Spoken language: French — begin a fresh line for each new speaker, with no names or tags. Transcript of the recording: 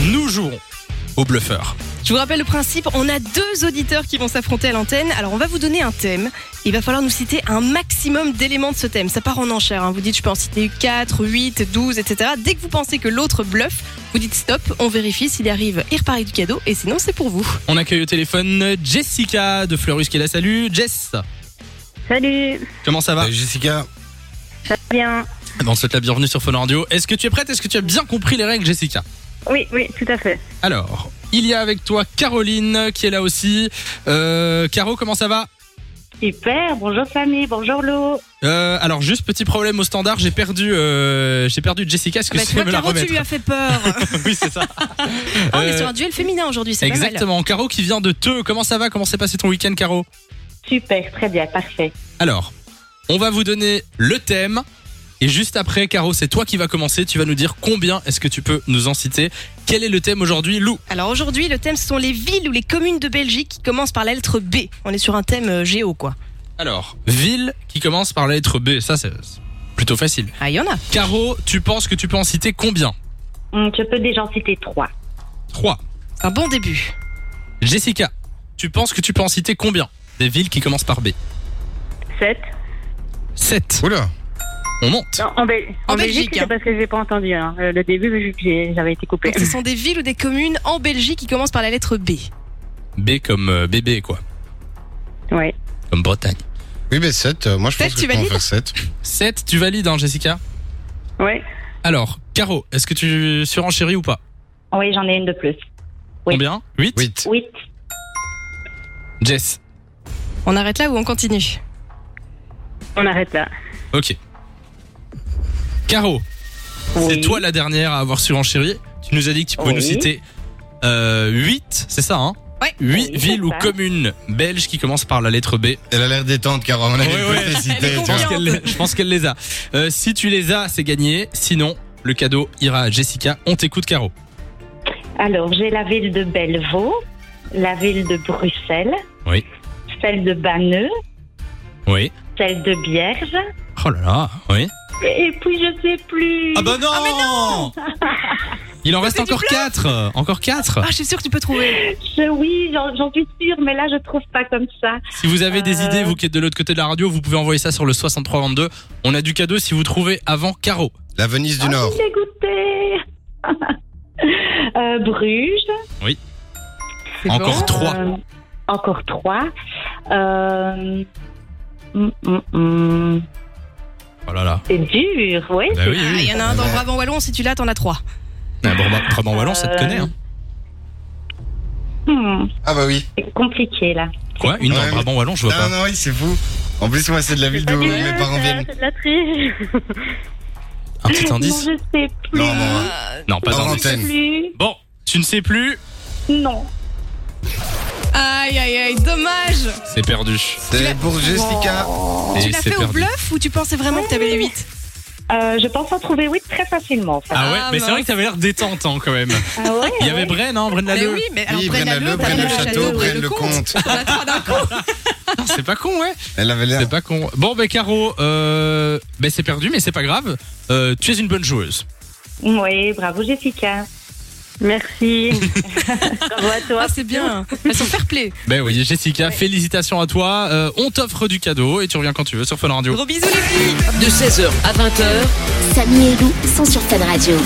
Nous jouons au bluffeur.
Je vous rappelle le principe, on a deux auditeurs qui vont s'affronter à l'antenne. Alors on va vous donner un thème. Il va falloir nous citer un maximum d'éléments de ce thème. Ça part en enchère. hein. Vous dites je peux en citer 4, 8, 12, etc. Dès que vous pensez que l'autre bluffe, vous dites stop, on vérifie s'il arrive, il repart avec du cadeau et sinon c'est pour vous.
On accueille au téléphone Jessica de Fleurus qui est là. Salut Jess,
Salut,
comment ça va
Salut, Jessica,
ça va bien
Bon, On te souhaite la bienvenue sur Fun Radio. Est-ce que tu es prête Est-ce que tu as bien compris les règles Jessica
Oui, oui, tout à fait.
Alors, il y a avec toi Caroline qui est là aussi. Euh, Caro, comment ça va
Super, bonjour famille, bonjour Lo.
Euh, alors juste petit problème au standard, j'ai perdu, euh, j'ai perdu Jessica. Est-ce que
Ah bah,
tu
tu
peux
vois,
me la
Caro, tu
remettre
lui as fait peur.
Oui, c'est ça.
Ah, on est
Euh,
sur un duel féminin aujourd'hui, c'est pas mal.
Exactement. Caro qui vient de Teux. Comment ça va Comment s'est passé ton week-end, Caro
Super, très bien, parfait.
Alors, on va vous donner le thème. Et juste après, Caro, c'est toi qui vas commencer. Tu vas nous dire combien est-ce que tu peux nous en citer. Quel est le thème aujourd'hui, Lou
Alors aujourd'hui, le thème, ce sont les villes ou les communes de Belgique qui commencent par la lettre B. On est sur un thème euh, géo, quoi.
Alors, ville qui commence par la lettre B. Ça, c'est c'est plutôt facile.
Ah, il y en a.
Caro, tu penses que tu peux en citer combien
Hum, Je peux déjà en citer trois.
3.
Un bon début.
Jessica, tu penses que tu peux en citer combien Des villes qui commencent par B.
Sept.
7.
oula,
On monte.
Non, en, Bel-
En
en Belgique,
Belgique,
c'est
hein.
parce que j'ai pas entendu hein. Euh, le début, mais vu que j'ai- j'avais été coupée.
Donc ce sont des villes ou des communes en Belgique qui commencent par la lettre B.
B comme euh, bébé, quoi.
Ouais.
Comme Bretagne.
oui mais 7, moi je pense
Sept,
que
tu
je peux en
valides
faire 7.
7, tu valides, hein, Jessica
Ouais.
Alors, Caro, est-ce que tu surenchéris ou pas
Oui, j'en ai une de plus. Oui.
Combien 8
8,
Huit.
Jess.
On arrête là ou on continue
On arrête là.
Ok. Caro, c'est
Oui.
toi la dernière à avoir surenchéri. Tu nous as dit que tu pouvais
Oui.
nous citer euh, 8, c'est ça, hein
Ouais.
8
Oui,
villes
c'est
ou
ça.
communes belges qui commencent par la lettre B.
elle a l'air détente Caro, à mon avis,
Ouais,
elle
ouais.
peut
Elle est
t'hésiter, tu vois.
Je pense
Bien.
qu'elle les- je pense qu'elle les a. Euh, si tu les as, c'est gagné. Sinon, le cadeau ira à Jessica. On t'écoute, Caro.
Alors, j'ai la ville de Bellevaux, la ville de Bruxelles,
Oui.
celle de Banneux,
Oui.
celle de Bierge,
Oh là là, oui.
et puis je sais plus.
Ah bah non, Il en reste
c'est du
encore 4 Encore 4
Ah, je suis sûre que tu peux trouver.
Je- oui, j'en j'en suis sûre, mais là, je trouve pas comme ça.
Si vous avez des
Euh.
idées, vous qui êtes de l'autre côté de la radio, vous pouvez envoyer ça sur le 6322. On a du cadeau si vous trouvez avant Caro.
La Venise du Nord,
Dégoûté. Euh, Bruges.
C'est
Encore
bon.
Trois.
Euh, encore trois. Euh, mm, mm, mm.
Oh là là.
C'est dur, oui.
Bah oui,
Ah, il
oui.
y en a un dans Brabant Wallon, si tu l'as, t'en as trois.
Ah, bon, bah, Brabant Wallon, ça te
Euh.
connaît. Hein.
Hmm,
ah bah oui,
c'est compliqué là.
Euh.
Quoi Une dans
Ouais.
Brabant Wallon, je vois
non
pas.
non oui c'est fou, en plus moi c'est de la ville d'où
C'est pas
mes
dur,
parents
ça,
viennent.
C'est de la triche.
Un petit indice
Non, je sais plus.
Non, non, non.
Euh,
Non, pas
Hors
d'indice.
antenne.
sais plus.
Bon, tu ne sais plus,
Non.
Aïe, aïe, aïe, dommage.
c'est perdu.
C'est pour Jessica,
Et
Tu l'as
c'est
fait au
perdu.
bluff ou tu pensais vraiment que t'avais les 8
Euh, je pense en trouver oui très facilement. ça.
Ah ouais,
Ah,
mais c'est
mince. Eh
vrai que t'avais l'air détente hein, quand même.
Ah ouais,
Il y avait
ouais.
Bren, hein, Bren
Mais
Lalleux.
oui, mais alors
oui
Brenne
Brenna
Lalleux,
Le,
Brenne
Brenna le Château,
Brenne
Brenna le Comte,
On a trois d'un coup.
C'est pas con, ouais.
elle avait l'air...
C'est pas con. Bon, ben Caro, euh, ben, c'est perdu, mais c'est pas grave. Euh, tu es une bonne joueuse.
Oui, bravo Jessica. Merci. bravo à toi.
Ah, c'est bien. Elles sont fair play.
Ben oui, Jessica, félicitations à toi. Euh, on t'offre du cadeau et tu reviens quand tu veux sur Fun Radio.
Gros bisous, les filles.
De 16h à 20h,
Samy et Lou sont sur Fan Radio.